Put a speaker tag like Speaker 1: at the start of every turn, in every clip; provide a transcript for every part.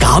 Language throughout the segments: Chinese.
Speaker 1: 咁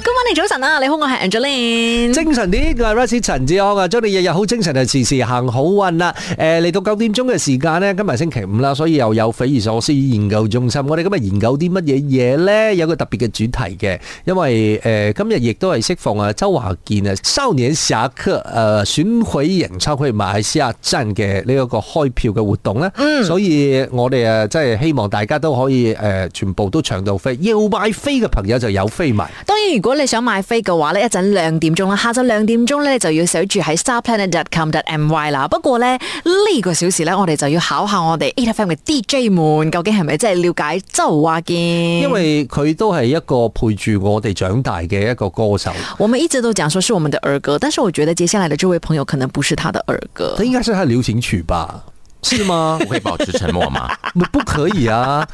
Speaker 2: 今晚你早晨啊，你好，我係 Angeline。
Speaker 3: 精神啲，我係 Rusty 陳志康啊，祝你日日好精神啊，時時行好運啦。誒、嚟到九點鐘嘅時間呢，今日星期五啦，所以又有匪夷所思研究中心。我哋今日研究啲乜嘢嘢呢？有個特別嘅主題嘅，因為誒、呃今日亦都係適逢啊周華健啊《少年俠客》誒巡迴演唱會馬來西亞站嘅呢一個開票嘅活動咧，所以我哋誒即係希望大家都可以誒、呃全部都搶到飛，要買飛嘅朋友就有飛埋。
Speaker 2: 當然，如果你想買飛嘅話呢一陣兩點鐘啦，下晝兩點鐘呢，你就要守住喺 starplanet.com.my 啦。不過呢，呢、個小時呢，我哋就要考下我哋 A F M 嘅 D J 們，究竟係咪真係了解周華健？
Speaker 3: 因為佢都係一個陪住我哋長大嘅一個歌手。
Speaker 2: 我們一直都講說是我們的兒歌，但是我覺得接下來的這位朋友可能不是他的兒歌
Speaker 3: 他。應該是他的流行曲吧？是嗎
Speaker 4: 我？可以保持沉默吗？
Speaker 3: 不不可以啊！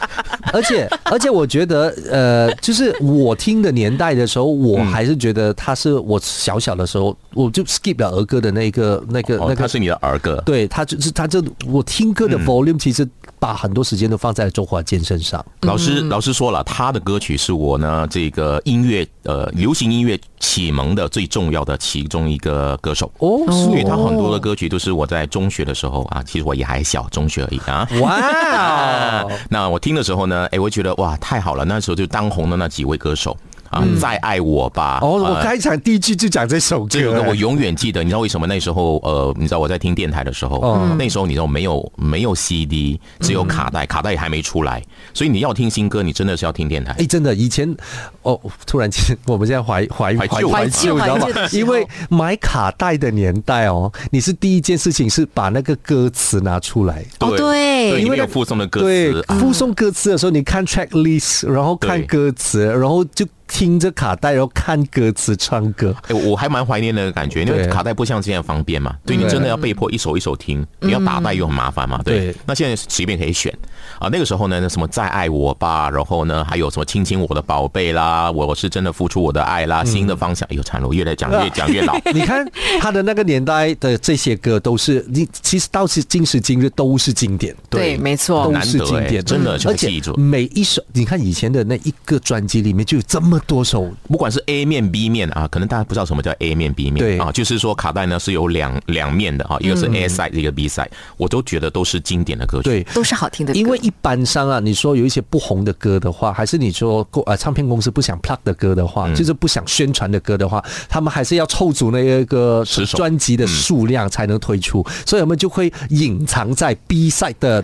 Speaker 3: 而且而且，我覺得，呃，就是我聽的年代的時候，我還是覺得他是我小小的時候，我就 skip 了兒歌的那個 那個
Speaker 4: 哦
Speaker 3: 那，
Speaker 4: 他
Speaker 3: 個。
Speaker 4: 是你嗯的儿歌。
Speaker 3: 對他就是他就我聽歌的 volume，其實把很多時間都放在周華健身上。
Speaker 4: 老师，老师说了，他的歌曲是我呢这个音乐呃流行音乐启蒙的最重要的其中一个歌手。
Speaker 3: 哦，
Speaker 4: 因为他
Speaker 3: 是
Speaker 4: 很多的歌曲都是我在中学的时候啊，其实我也还小，中学而已啊。
Speaker 3: 哦哇！
Speaker 4: 那我听的时候呢，哎，我觉得哇，太好了，那时候就当红的那几位歌手啊，再爱我吧。
Speaker 3: 嗯哦，
Speaker 4: 呃
Speaker 3: 我開場第一句就講這首歌。
Speaker 4: 这首歌我永远记得，你知道为什么那时候呃，你知道我在听电台的时候，
Speaker 3: 嗯
Speaker 4: 那时候你知道没有没有 CD，只有卡带，卡带也还没出来，所以你要听新歌，你真的是要听电台
Speaker 3: 哎、。真的，以前哦，突然间，我们现在怀怀
Speaker 4: 怀旧
Speaker 3: 怀
Speaker 4: 怀
Speaker 3: 旧，
Speaker 2: 旧
Speaker 3: 你知道吗
Speaker 2: 怀旧的？时候
Speaker 3: 因为买卡带的年代哦，你是第一件事情是把那个歌词拿出来。
Speaker 2: 哦对
Speaker 4: 对，
Speaker 2: 因
Speaker 4: 因
Speaker 3: 为
Speaker 4: 为
Speaker 3: 那
Speaker 4: 有附送的歌
Speaker 3: 对
Speaker 4: 词，，啊
Speaker 3: 附送歌词的时候，你看 track list，然后看
Speaker 4: 对
Speaker 3: 歌词，然后就听着卡带，然后看歌词唱歌。
Speaker 4: 哎，我还蛮怀念那个感觉，因为
Speaker 3: 对嗯
Speaker 4: 卡带不像现在方便嘛，对你真的要被迫一首一首听，你要打带又很麻烦嘛，对
Speaker 3: 对。
Speaker 4: 那现在随便可以选啊，那个时候呢，那什么再爱我吧，然后呢，还有什么亲亲我的宝贝啦，我是真的付出我的爱
Speaker 3: 嗯
Speaker 4: 啦，新的方向，哎呦，惨了，我越来讲越讲越老。
Speaker 3: 你看他的那个年代的这些歌都是，你其实到是今时今日都是经典。
Speaker 2: 对没错
Speaker 3: 都是
Speaker 4: 难得
Speaker 3: 经
Speaker 4: 欸
Speaker 3: 典，
Speaker 4: 真的是要
Speaker 3: 而且
Speaker 4: 记住
Speaker 3: 每一首，你看以前的那一个专辑里面就有这么多首
Speaker 4: 不管是 A 面、B 面啊，可能大家不知道什么叫 A 面、B 面，
Speaker 3: 对嗯
Speaker 4: 啊，就是说卡带呢是有两两面的啊，一个是 A side，、一个 B side，我都觉得都是经典的歌曲。
Speaker 3: 对，
Speaker 2: 都是好听的歌，
Speaker 3: 因为一般上啊，你说有一些不红的歌的话，还是你说公呃唱片公司不想 plug 的歌的
Speaker 4: 嗯
Speaker 3: 话，就是不想宣传的歌的话，他们还是要凑足那个
Speaker 4: 十首
Speaker 3: 专辑的数量才能推出，所以我们就会隐藏在 B side 的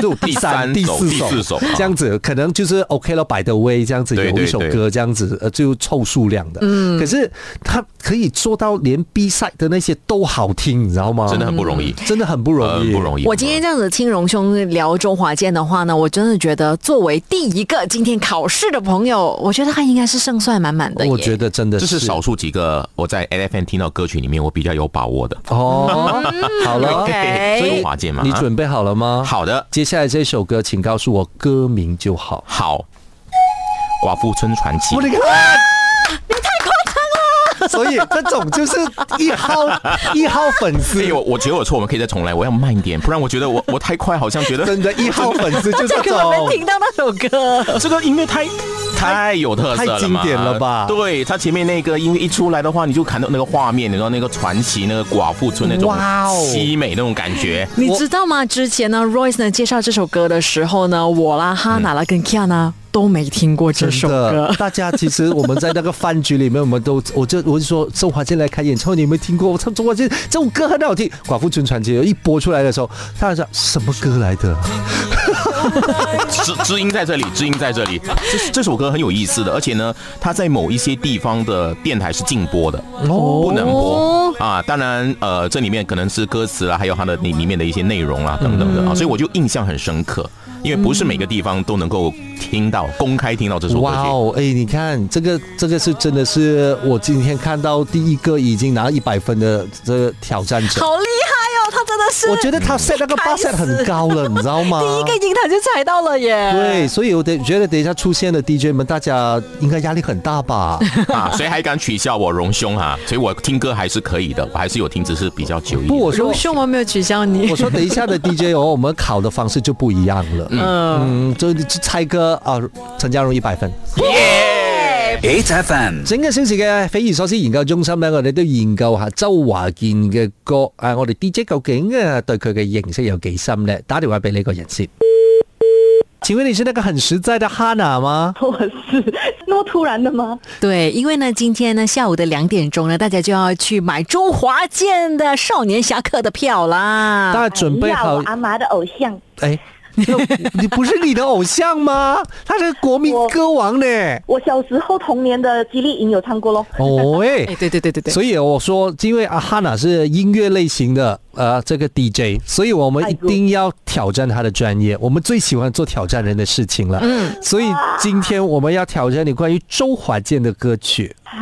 Speaker 3: 就第三、
Speaker 4: 第三首
Speaker 3: 四首、
Speaker 4: 第四首啊
Speaker 3: 这样子，可能就是 OK 了，By the way 这样子有
Speaker 4: 对
Speaker 3: 一首
Speaker 4: 对对
Speaker 3: 歌这样子，呃，就凑数量的。嗯，可是他可以做到连 B side 的那些都好听，你知道吗？嗯
Speaker 4: 真的很不容易
Speaker 3: 真的很不容
Speaker 4: 呃
Speaker 3: 易，
Speaker 4: 不容易。
Speaker 2: 我今天这样子听荣兄聊周华健的话呢，我真的觉得作为第一个今天考试的朋友，我觉得他应该是胜算满满的耶。
Speaker 3: 我觉得真的
Speaker 4: 这
Speaker 3: 是
Speaker 4: 是少数几个我在 L F N 听到歌曲里面我比较有把握的。
Speaker 3: 哦，好了
Speaker 2: OK
Speaker 4: 所以华健嘛，
Speaker 3: 你
Speaker 4: 啊
Speaker 3: 准备好了吗？，
Speaker 4: 好的
Speaker 3: 接下来这首歌，请告诉我歌名就好。
Speaker 4: 好，寡妇村传奇。
Speaker 3: 的看，你太夸张了！所以这种就是一 号一号粉丝
Speaker 4: 哎，呦，我觉得我错，我们可以再重来，我要慢一点，不然我觉得我我太快，好像觉得
Speaker 3: 真的，一号粉丝就是这
Speaker 2: 根本
Speaker 3: 种
Speaker 2: 没。听到那首歌。
Speaker 4: 这个音乐太太有特色了嘛
Speaker 3: 太经典了吧
Speaker 4: 对，它前面那个音乐一出来的话，你就看到那个画面，你知道那个传奇那个寡妇村那种
Speaker 3: 哇哦
Speaker 4: 凄美那种感觉。
Speaker 2: 你
Speaker 3: 我
Speaker 2: 知道吗？之前呢，Royce 呢介绍这首歌的时候呢，我啦、哈娜啦跟 Kiana 都没听过这
Speaker 3: 真
Speaker 2: 首歌
Speaker 3: 的，。大家其实我们在那个饭局里面，我们都，我就我就说周华健来开演唱会，你有没有听过？我唱周华健这首歌很好听，《寡妇村传奇》一播出来的时候，大家说什么歌来的？
Speaker 4: 知知音在这里，知音 在这里。这这首歌很有意思的，而且呢，它在某一些地方的电台是禁播的，
Speaker 3: 哦
Speaker 4: 不能播啊。当然，呃，这里面可能是歌词啦，还有它的里里面的一些内容啦，等
Speaker 3: 嗯
Speaker 4: 等的啊，所以我就印象很深刻，因为不是每个地方都能够听到公开听到这首歌曲。
Speaker 3: 哇哦，哎，你看这个，这个是真的是我今天看到第一个已经拿一百分的这个挑战者。
Speaker 2: 好厉害哦！他真的是
Speaker 3: 我觉得他 set 那个 bar set 很高了，你知道吗？
Speaker 2: 第一个樱桃就踩到了耶。
Speaker 3: 对，所以我得觉得等一下出现的 DJ 们，大家应该压力很大吧？
Speaker 4: 啊，谁还敢取笑我荣兄啊？所以我听歌还是可以的，我还是有听，只是比较久一
Speaker 3: 不，
Speaker 4: 点。
Speaker 3: 我说
Speaker 2: 荣兄，我没有取消你
Speaker 3: 我。说等一下的 DJ 哦，我们考的方式就不一样了。
Speaker 2: 嗯，
Speaker 3: 嗯，就就猜歌啊，陈嘉荣一百分。
Speaker 5: 8FM,
Speaker 3: 整個小時嘅匪夷所思研究中心咧，我哋都研究下周華健嘅歌啊，我哋 DJ 究竟啊對佢嘅認識有幾深呢？打電話俾呢個人先。請問你是那個很實在的 Hanna 嗎？
Speaker 6: 我是那么突然的吗？
Speaker 2: 对，因为呢，今天呢下午的两点钟呢，大家就要去买周华健的《少年侠客》的票啦。
Speaker 3: 大家準備
Speaker 6: 哎呀
Speaker 3: 好
Speaker 6: 我？阿妈的偶像，
Speaker 3: 哎， 你不是你的偶像嗎？他是國民歌王呢。
Speaker 6: 我小时候童年的吉利营有唱过喽。
Speaker 3: 哦喂、
Speaker 2: 哎，对对对对对，
Speaker 3: 所以我说，因为阿 Hanna 是音乐类型的呃这个 DJ，所以我们一定要挑战他的专业。我们最喜欢做挑战人的事情了。嗯，所以今天我们要挑战你关于周华健的歌曲，
Speaker 6: 好，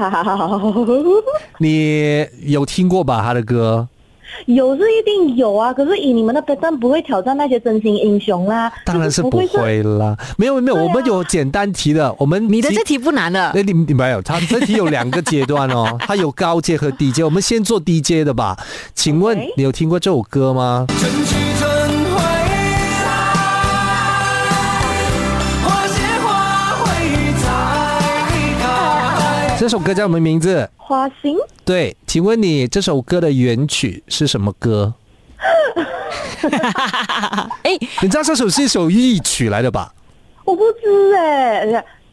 Speaker 3: 你有听过吧？他的歌，
Speaker 6: 有是一定有啊，可是以你们的 p a t 不会挑战那些真心英雄啦。
Speaker 3: 当然是不
Speaker 6: 就会
Speaker 3: 会啦。没有没有，
Speaker 6: 对啊
Speaker 3: 我们有简单题的，我们
Speaker 2: 你的
Speaker 3: 其
Speaker 2: 这。题不难啊的。
Speaker 3: 那你你没有，他这题有两个阶段哦，他有高阶和低阶。我们先做低阶的吧。请问
Speaker 6: OK
Speaker 3: 你有听过这首歌吗？这首歌叫什么名字？
Speaker 6: 花心，
Speaker 3: 对，请问你这首歌的原曲是什么歌？
Speaker 2: 哎，
Speaker 3: 你知道这首是一首译曲来的吧？
Speaker 6: 我不知哎、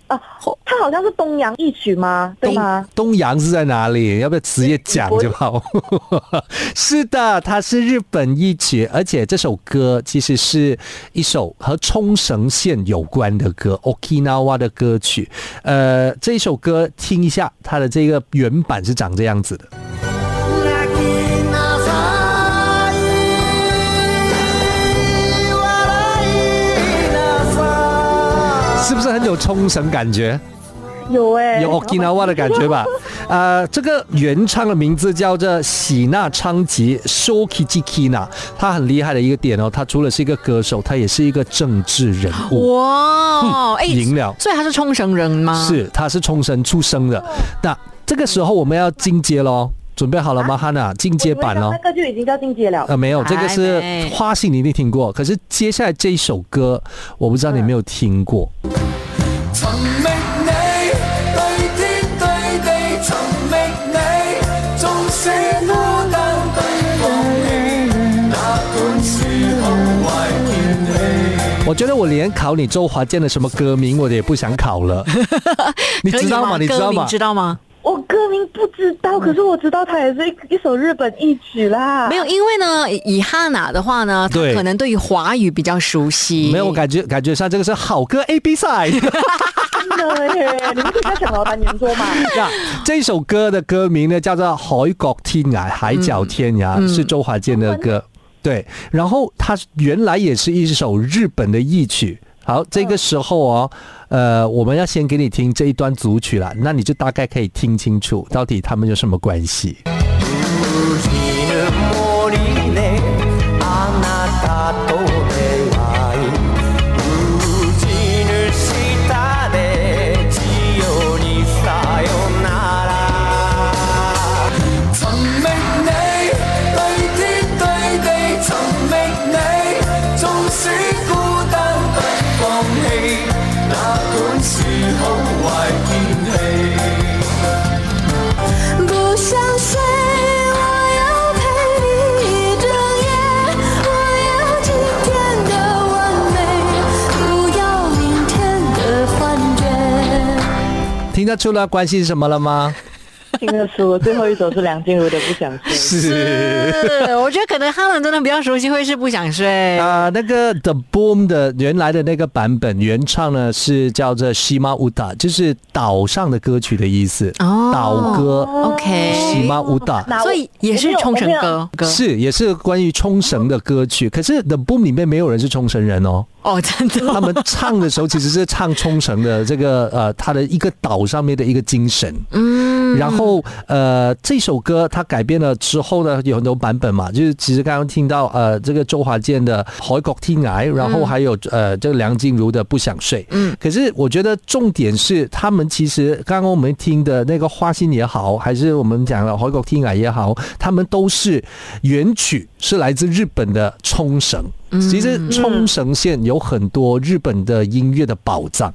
Speaker 6: 啊，他好像是东洋一曲吗？对吗？
Speaker 3: 东洋是在哪里？要不要直接讲就好？ 是的，它是日本译曲，而且这首歌其实是一首和冲绳县有关的歌，Okinawa 的歌曲。呃，这一首歌听一下，它的这个原版是长这样子的。是不是很有冲绳感觉？
Speaker 6: 有哎、
Speaker 3: 有 Okinawa 的感觉吧？呃，这个原唱的名字叫做喜纳昌吉 （Shokijikina），他很厉害的一个点哦，他除了是一个歌手，他也是一个政治人物。
Speaker 2: 哇，哎，
Speaker 3: 赢了
Speaker 2: 所以他是冲绳人吗？，
Speaker 3: 是，他是冲绳出生的。那这个时候我们要进阶喽，准备好了吗，Hanna？进阶版哦喽
Speaker 6: 那。个就已经叫进阶了。
Speaker 3: 呃，没有，这个是
Speaker 2: 还没
Speaker 3: 花信，你一定听过。可是接下来这一首歌，我不知道你有没有听过。我觉得我连考你周华健的什么歌名，我也不想考 了。你
Speaker 2: 可以
Speaker 3: 知道吗？你知道
Speaker 2: 歌名
Speaker 3: 吗？
Speaker 2: 知道吗？
Speaker 6: 我歌名不知
Speaker 3: 嗯
Speaker 6: 道，可是我知道它也是一一首日本一曲啦。
Speaker 2: 没有，因为呢，以哈娜的话呢，他
Speaker 3: 对
Speaker 2: 可能对于华语比较熟悉。
Speaker 3: 没有，我感觉感觉上这个是好歌 A B 赛。
Speaker 6: 真的哎，你们可以抢老板娘做嘛？
Speaker 3: 那这首歌的歌名呢，叫做《海角天涯》，海角天涯、
Speaker 2: 嗯
Speaker 3: 是周华健的歌。对，然后它原来也是一首日本的译曲。好，这个时候哦，
Speaker 2: 嗯
Speaker 3: 呃，我们要先给你听这一段组曲了，那你就大概可以听清楚到底他们有什么关系。
Speaker 7: 不相信，我要陪你一整夜，我要今天的完美，不要明天的幻觉。
Speaker 3: 听得出来关系是什么了吗？
Speaker 6: 听得出，最后一首是梁静茹的《不想睡》。
Speaker 3: 是
Speaker 2: 是，我觉得可能哈娜真的比较熟悉，会是不想睡。
Speaker 3: 啊、那个 The Boom 的原来的那个版本原唱呢是叫做 Shima Uta，就是岛上的歌曲的意思，
Speaker 2: 哦
Speaker 3: 岛歌。
Speaker 2: OK，
Speaker 3: Shima Uta
Speaker 6: 那我
Speaker 2: 所以也是冲绳。
Speaker 6: 我没有我没有
Speaker 2: 歌歌
Speaker 3: 是也是关于冲绳的歌曲，可是 The Boom 里面没有人是冲绳人哦，
Speaker 2: 哦，真的
Speaker 3: 他们唱的时候其实是唱冲绳的这个呃，它的一个岛上面的一个精神。嗯，然后呃，这首歌它改编了之后呢，有很多版本嘛，就是其实刚刚听到呃，这个周华健的《海角天涯》，然后还有、呃，这个梁静茹的《不想睡》。嗯，可是我觉得重点是他们其实刚刚我们听的那个《花心》也好，还是我们讲的《海角天涯》也好，他们都是原曲是来自日本的冲绳。其实冲绳县有很多日本的音乐的宝藏，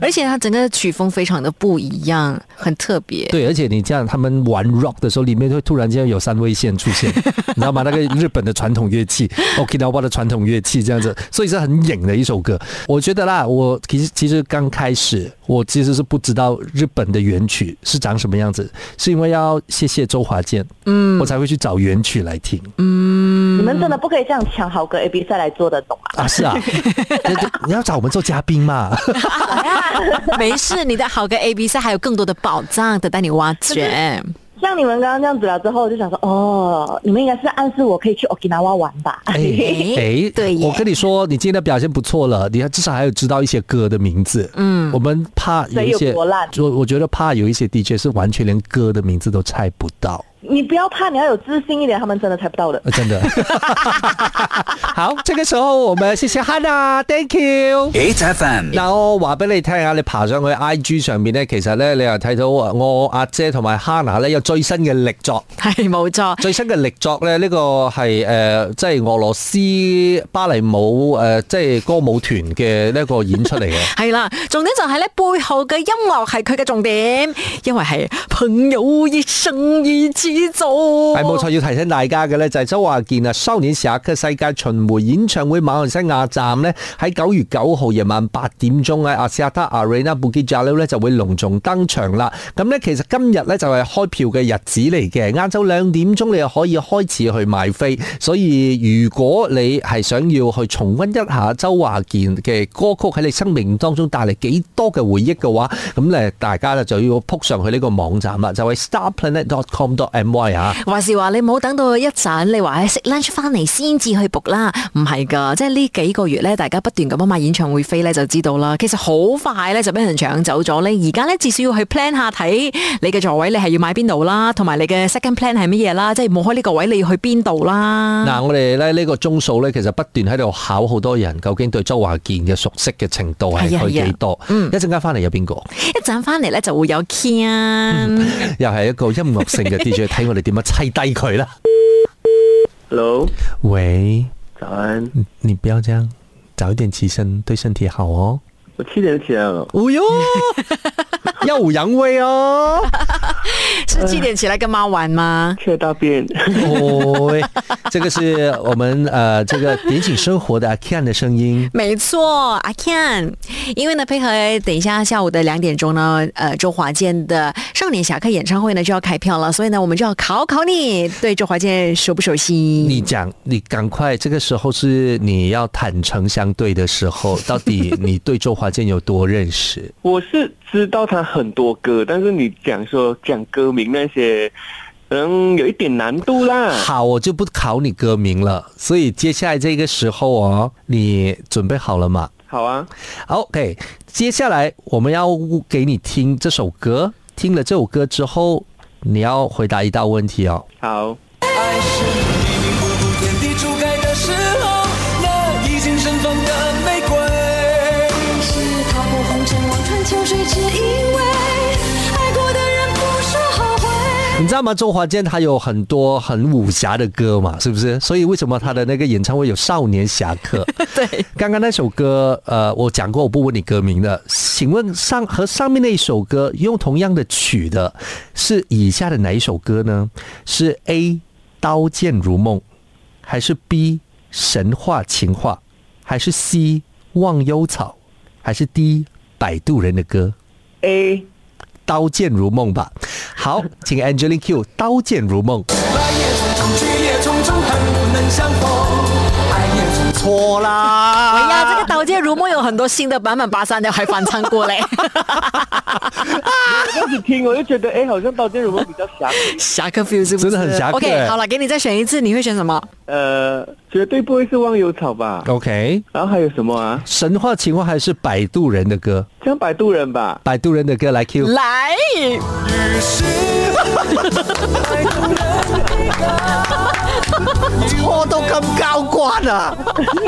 Speaker 2: 而且它整个曲风非常的不一样，很特 别。
Speaker 3: 对，而且你这样他们玩 rock 的时候，里面会突然间有三味线出现， 你知道吗？那个日本的传统乐器，Okinawa 的传统乐器这样子，所以是很影的一首歌。我觉得啦，我其实其实刚开始我其实是不知道日本的原曲是长什么样子，是因为要谢谢周华健，嗯，我才会去找原曲来听。
Speaker 6: 你们真的不可以这样抢好歌 A B 赛来做的，懂吗？
Speaker 3: 啊，是啊，那就你要找我们做嘉宾嘛。
Speaker 2: 没事，你的好歌 A B C 还有更多的宝藏等待你挖掘。
Speaker 6: 像你们刚刚这样子聊之后，我就想说，哦，你们应该是暗示我可以去 Okinawa 玩吧？
Speaker 3: 哎哎，
Speaker 2: 对耶
Speaker 3: 我跟你说，你今天的表现不错了，你还至少还有知道一些歌的名字。嗯，我们怕有一
Speaker 6: 谁
Speaker 3: 些，
Speaker 6: 有多烂
Speaker 3: 我我觉得怕有一些 DJ 是完全连歌的名字都猜不到，
Speaker 6: 你不要怕，你要有自信一点，他们真的猜不到的。
Speaker 3: 呃真的。 好，这个时候我们谢谢 Hannah，Thank you。
Speaker 5: 8FM,
Speaker 3: 嗱，我話俾你聽啊，你爬上去 I G 上面咧，其實咧你又睇到啊我阿姐同埋 Hannah 咧有最新嘅力作。
Speaker 2: 係冇錯，
Speaker 3: 最新嘅力作咧，呢、個係誒、呃即係俄羅斯芭蕾舞誒、呃即係歌舞團嘅呢一個演出嚟嘅。
Speaker 2: 係啦，重點就係咧背後嘅音樂係佢嘅重點，因為係朋友一生一起走。
Speaker 3: 係冇錯，要提醒大家嘅咧就係周華健啊，收年時下嘅世界巡迴演唱會馬來西亞站咧，喺九月九號夜晚八點鐘喺阿斯亞塔 Arena Bukit Jalil 咧就會隆重登場啦。咁咧其實今日咧就係開票嘅日子嚟嘅，晏晝兩點鐘你就可以開始去買飛，所以如果你係想要去重温一下周華健嘅歌曲喺你生命當中帶嚟幾多嘅回憶嘅話，咁咧大家咧就要撲上去呢個網站啊啦，就係 starplanet.com.my 啊。
Speaker 2: 話是話你唔好等到一陣，你話唉食 lunch 翻嚟先至去 book 啦，唔係㗎，即係呢幾個月咧，大家不斷咁樣買演唱會飛咧，就知道啦。其實好快咧就俾人搶走咗咧，而家咧至少要去 plan 下睇你嘅座位，你係要買邊度啦，同埋你嘅 second plan 係乜嘢啦，即係冇開呢個位你要去邊度啦。
Speaker 3: 嗱，我哋咧呢個鐘數咧，其實不斷喺度考好多人，究竟對周華健嘅熟悉嘅程度係
Speaker 2: 係啊
Speaker 3: 佢
Speaker 2: 係啊
Speaker 3: 幾多？一陣間翻嚟有邊個？
Speaker 2: 一陣翻嚟咧就會有 Kian，
Speaker 3: 又係一個音樂 性嘅 DJ，睇我哋點樣砌低佢啦。
Speaker 8: Hello，
Speaker 3: 喂，
Speaker 8: 早安。
Speaker 3: 你不要這樣，早一點起身對身體好哦。
Speaker 8: 我七点起来了，
Speaker 3: 哦 哟，耀武揚威 哦。
Speaker 2: 是七点起來跟媽玩嗎？
Speaker 8: 去了大便。
Speaker 3: 哦，这個是我們呃这個點醒生活的阿 Ken 的聲音。
Speaker 2: 没错，阿 Ken，因为呢，配合等一下下午的两点钟呢，呃，周华健的少年侠客演唱会呢就要开票了，所以呢，我们就要考考你对周华健熟不熟悉？
Speaker 3: 你讲，你赶快，这个时候是你要坦诚相对的时候，到底你对周华健有多认识？
Speaker 8: 我是知道他很多歌，但是你讲说讲歌名 那些，可能嗯有一点难度啦。
Speaker 3: 好，我就不考你歌名了。所以接下来这个时候哦，你准备好了吗
Speaker 8: 好啊，
Speaker 3: 好？OK，接下来我们要给你听这首歌，听了这首歌之后，你要回答一道问题哦。
Speaker 8: 好，
Speaker 5: 天地初开的时候，那已经盛放的玫瑰。
Speaker 7: 是踏破红尘望穿秋水，只因为爱过的人不说后悔。
Speaker 3: 你知道吗？周华健他有很多很武侠的歌嘛，是不是？所以为什么他的那个演唱会有《少年侠客》？
Speaker 2: 对，
Speaker 3: 刚刚那首歌，呃，我讲过，我不问你歌名的。请问上和上面那一首歌用同样的曲的，是以下的哪一首歌呢？是 A《刀剑如梦》，还是 B《神话情话》，还是 C《忘忧草》，还是 D《摆渡人的歌》？
Speaker 8: A，
Speaker 3: 刀剑如梦吧。 好，请 Angeline Q，《刀剑如梦》。
Speaker 5: 来也匆匆，去也匆匆，恨不能相逢。爱也匆匆。
Speaker 3: 错啦！啊
Speaker 2: 哎呀，这个《刀剑如有没有很多新的版本八三六还翻唱过嘞？
Speaker 8: 当时听我就觉得，哎，好像刀剑如梦比较侠客。
Speaker 2: 侠客 feel 是不是？
Speaker 3: 真的很侠客
Speaker 2: OK，好了，给你再选一次，你会选什么？
Speaker 8: 呃，绝对不会是忘忧 草吧？
Speaker 3: OK，
Speaker 8: 然后还有什么啊？
Speaker 3: 神话情话还是摆渡人的歌，
Speaker 8: 像摆渡人吧？
Speaker 3: 摆渡人的歌来 Q。
Speaker 2: 来，
Speaker 5: 于是，
Speaker 3: 错到咁交关啊！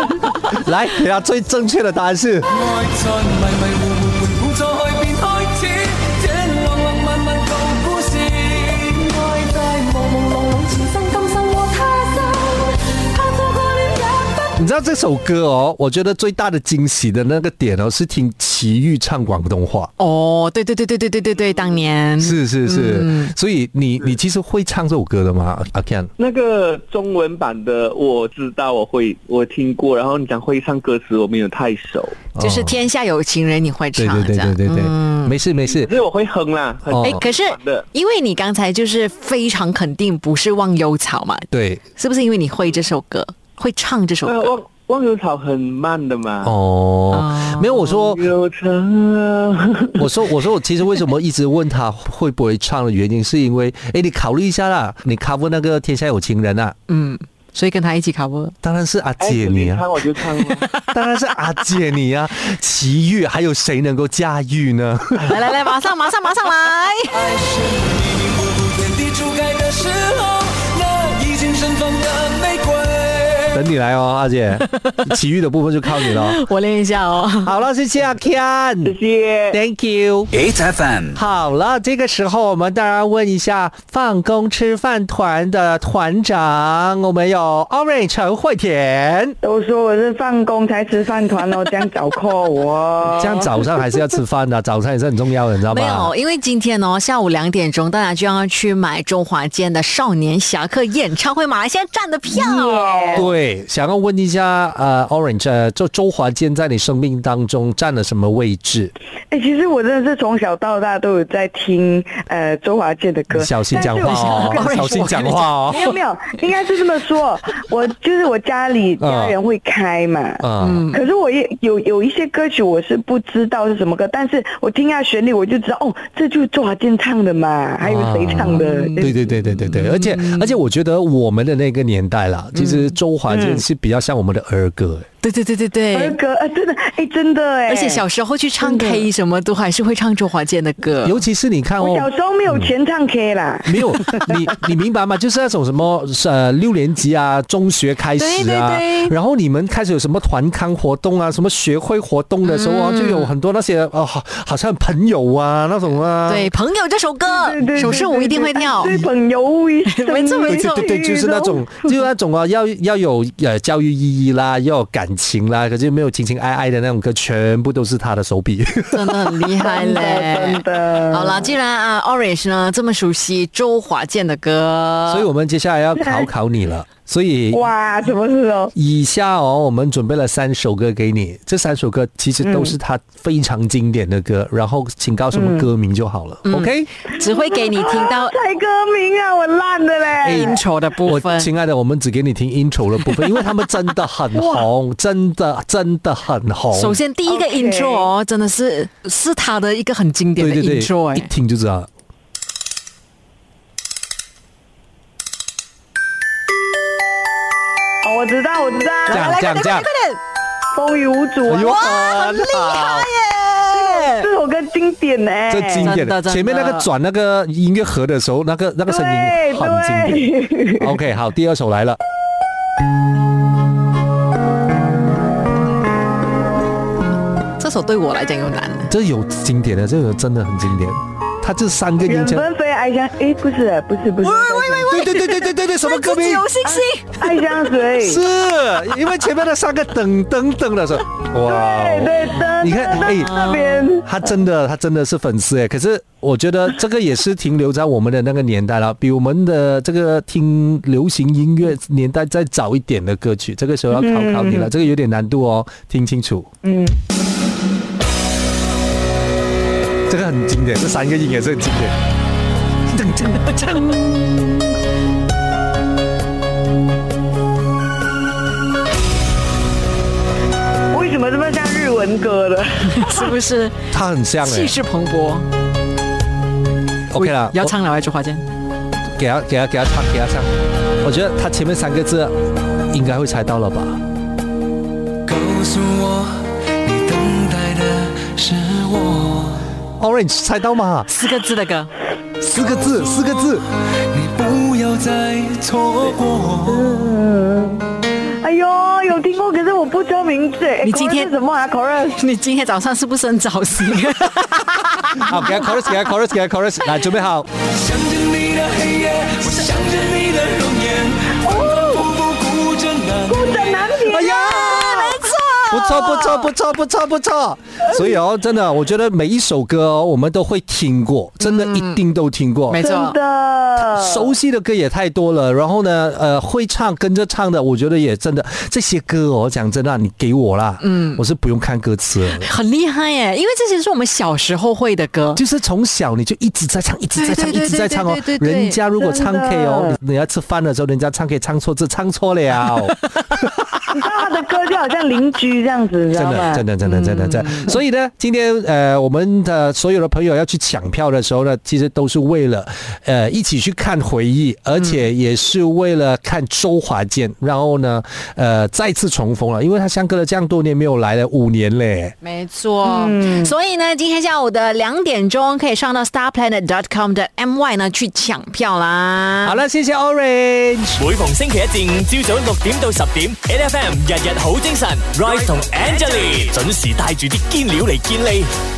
Speaker 3: 来，等下最正确的答案是
Speaker 5: 爱在迷迷糊糊盤古再變開始，這浪浪漫漫舊故事。
Speaker 7: 愛在朦朦朧朧，前生今生和他生，他做過戀也不
Speaker 3: 你知道这首歌哦，我觉得最大的惊喜的那个点哦，是听齐豫唱广东话。
Speaker 2: 哦，对对对对对对对对，当年
Speaker 3: 是是是，
Speaker 2: 嗯
Speaker 3: 所以你你其实会唱这首歌的吗？阿 Ken，
Speaker 8: 那个中文版的我知道，我会我听过。然后你讲会唱歌词，我没有太熟，
Speaker 2: 就是天下有情人你会
Speaker 3: 对
Speaker 2: 唱
Speaker 3: 哦对
Speaker 2: 这
Speaker 3: 对
Speaker 2: 样，
Speaker 3: 对对对，
Speaker 2: 嗯
Speaker 3: 没事没事
Speaker 8: 可，是我会哼啦。很
Speaker 3: 哦
Speaker 2: 哎，可是
Speaker 8: 的
Speaker 2: 因为你刚才就是非常肯定不是忘忧草嘛，
Speaker 3: 对
Speaker 2: 是不是因为你会这首歌，会唱这首
Speaker 8: 呃，
Speaker 2: 歌？
Speaker 8: 忘忘忧草很慢的嘛。
Speaker 3: 哦，没有我说
Speaker 8: 忘忧草啊，
Speaker 3: 我说我说我其实为什么一直问他会不会唱的原因，是因为哎你考虑一下啦，你 cover 那个《天下有情人》啊，
Speaker 2: 嗯，所以跟他一起 cover。
Speaker 3: 当然是阿
Speaker 8: 哎
Speaker 3: 姐你啊。
Speaker 8: 唱我就唱了。
Speaker 3: 当然是阿姐你啊，齐豫还有谁能够驾驭 呢？
Speaker 2: 来来来，马上马上马上来！
Speaker 5: 爱是迷迷糊糊天地初开的时候，那已经盛放的玫瑰。
Speaker 3: 等你来哦，阿姐，齐豫的部分就靠你 了。
Speaker 2: 我练一下哦。
Speaker 3: 好了，谢谢阿 Ken，Thank
Speaker 8: 谢谢。
Speaker 3: you。
Speaker 1: 8FM
Speaker 3: 好了，这个时候我们当然问一下放工吃饭团的团长，我们有 Orange 陈慧田。
Speaker 6: 都说我是放工才吃饭团哦，这样早扣我。
Speaker 3: 这样早上还是要吃饭的， 早餐也是很重要的，你知道吗？
Speaker 2: 没有，因为今天哦，下午两点钟，大家就要去买中华健的少年侠客演唱会马来西亚站的票。
Speaker 3: 对，想要问一下，呃，Orange，呃就周华健在你生命当中占了什么位置？
Speaker 6: 哎、其实我真的是从小到大都有在听呃周华健的歌，
Speaker 3: 小心讲话
Speaker 6: 但是
Speaker 3: 哦，
Speaker 6: 我
Speaker 3: 小心讲话哦
Speaker 6: 没。有没有，应该是这么说，我就是我家里
Speaker 3: 嗯
Speaker 6: 家人会开嘛。
Speaker 3: 嗯，
Speaker 6: 可是我也有有一些歌曲我是不知道是什么歌，但是我听下旋律我就知道，哦，这就是周华健唱的嘛，还有谁唱的？
Speaker 2: 嗯
Speaker 6: 嗯
Speaker 3: 对对对对对对，而且而且我觉得我们的那个年代啦，其实周华
Speaker 2: 嗯
Speaker 3: 健是比较像我们的儿歌，
Speaker 2: 对对对对
Speaker 6: 儿
Speaker 2: 对，
Speaker 6: 歌啊，真的，哎，真的哎，
Speaker 2: 而且小时候去唱 K 什么都还是会唱周华健的歌。
Speaker 3: 尤其是你看
Speaker 6: 嗯我
Speaker 3: 哦。
Speaker 6: 小时候没有钱唱 K 啦，
Speaker 3: 没有，你你明白吗？就是那种什么呃六年级啊，中学开始啊，
Speaker 2: 对对对
Speaker 3: 然后你们开始有什么团康活动啊，什么学会活动的时候啊，就有很多那些哦，好好像朋友啊那种啊，
Speaker 2: 对，朋友这首歌
Speaker 6: 对对，对
Speaker 2: 手势舞一定会跳。
Speaker 6: 对朋友一生
Speaker 2: 没错没
Speaker 3: 对
Speaker 2: 错
Speaker 3: 对对，就是那种，就是那种啊，要要有呃教育意义啦，要有感情啦，可是没有情情爱爱的那种歌，全部都是他的手笔。
Speaker 2: 真的很厉害
Speaker 6: 真的
Speaker 2: 嘞
Speaker 6: 真。的。
Speaker 2: 好啦，既然啊 Orange 呢这么熟悉周华健的歌，
Speaker 3: 所以我们接下来要考考你了，所以。
Speaker 6: 哇，什么事哦？
Speaker 3: 以下哦，我们准备了三首歌给你，这三首歌其实都是他非常经典的歌，然后请告诉我们歌名就好了、o k
Speaker 2: 只会给你听到
Speaker 6: 猜歌名啊，我烂的嘞。
Speaker 2: intro 的部
Speaker 3: 哎我
Speaker 2: 分。
Speaker 3: 亲爱的，我们只给你听 intro 的部分，因为他们真的很红，真的真的很红。
Speaker 2: 首先第一个
Speaker 6: OK
Speaker 2: intro 哦，真的是是他的一个很经典
Speaker 3: 对
Speaker 2: 的
Speaker 3: 对对
Speaker 2: intro
Speaker 3: 一
Speaker 2: 哎。
Speaker 3: 听就知道。
Speaker 6: 哦，我知道，我知道，
Speaker 3: 这样这样这样，
Speaker 6: 风雨无阻啊
Speaker 3: 哎，呦很好，
Speaker 6: 这首歌经典呢。
Speaker 3: 这经典
Speaker 2: 真的真的
Speaker 3: 前面那个转那个音乐盒的时候，那个那个声
Speaker 6: 对
Speaker 3: 音很经典。哦
Speaker 6: 对，
Speaker 3: OK，好，第二首来了，
Speaker 2: 这首对我来讲有难的，
Speaker 3: 这有经典的，这个真的很经典。它这三个音
Speaker 6: 缘
Speaker 3: 程，
Speaker 6: 分非爱相，哎，不是，不是，不是，
Speaker 3: 对对对对对对对，什么歌
Speaker 2: 自己
Speaker 3: 名？
Speaker 2: 有信心。
Speaker 6: 爱相随。
Speaker 3: 是因为前面那三个噔噔噔的时候，哇
Speaker 6: 对
Speaker 3: 哦，
Speaker 6: 对的，
Speaker 3: 你看哎
Speaker 6: 那边
Speaker 3: 他真的他真的是粉丝哎，可是我觉得这个也是停留在我们的那个年代了，比我们的这个听流行音乐年代再早一点的歌曲，这个时候要考考你了，这个有点难度哦，听清楚，嗯。这个很经典，这三个音也是很经典。 啊
Speaker 6: 为什么么这么像日文歌了？
Speaker 2: 是不是
Speaker 3: 他很像
Speaker 2: 气
Speaker 3: 诶
Speaker 2: 势蓬勃
Speaker 3: OK 啦，
Speaker 2: 要唱了还是花间？
Speaker 3: 我给他给他给他唱给他唱，我觉得他前面三个字应该会猜到了吧？
Speaker 5: 告诉我，你等待的是我，
Speaker 3: Orange 猜到吗？
Speaker 2: 四个字的歌，
Speaker 3: 四个字，四个字。
Speaker 5: 你不要再错过。
Speaker 6: 哎呦，有听过，可是我不知道名字。哎
Speaker 2: 你今
Speaker 6: Chorus
Speaker 2: 天
Speaker 6: 是什么啊？Chorus
Speaker 2: 你今天早上是不是很早 醒？
Speaker 3: 好，给他 chorus，给他 chorus，给他 chorus。来，准备好。
Speaker 5: 想着你的黑夜，我想着你的容颜，反反复复孤枕难
Speaker 6: 不准难听。
Speaker 3: 哎呀，不错，不错，不错，不错，不错。所以哦，真的，我觉得每一首歌哦，我们都会听过，真的一定都听过。
Speaker 2: 没错
Speaker 6: 真，的，
Speaker 3: 熟悉的歌也太多了，然后呢，呃，会唱跟着唱的，我觉得也真的这些歌哦，讲真的啊，你给我啦，嗯，我是不用看歌词的，
Speaker 2: 很厉害耶！因为这些是我们小时候会的歌，
Speaker 3: 就是从小你就一直在唱，一直在唱，
Speaker 2: 对
Speaker 3: 一
Speaker 2: 对
Speaker 3: 直在唱哦
Speaker 2: 对对。对对对
Speaker 3: 人家如果唱
Speaker 6: 真的
Speaker 3: K 哦，你你要吃饭的时候，人家唱 K 唱错字，唱错了。
Speaker 6: 你知道啊他的歌就好像邻居这样子，你知道
Speaker 3: 真
Speaker 6: 吗
Speaker 3: 的，？真的，真的，真的，真
Speaker 2: 嗯
Speaker 3: 的。所以呢，今天呃，我们的所有的朋友要去抢票的时候呢，其实都是为了呃一起去看回忆，而且也是为了看周华健。然后呢，呃，再次重逢了，因为他相隔了这样多年没有来了，五年嘞。
Speaker 2: 没错。
Speaker 3: 嗯
Speaker 2: 所以呢，今天下午的两点钟可以上到 starplanet.com 的 my 呢去抢票啦。
Speaker 3: 好了，谢谢 Orange。
Speaker 1: 每逢星期一至五朝早六点到十點，N F M 日日好精神，Rise 同 Angelie 準時帶住啲堅料嚟健利。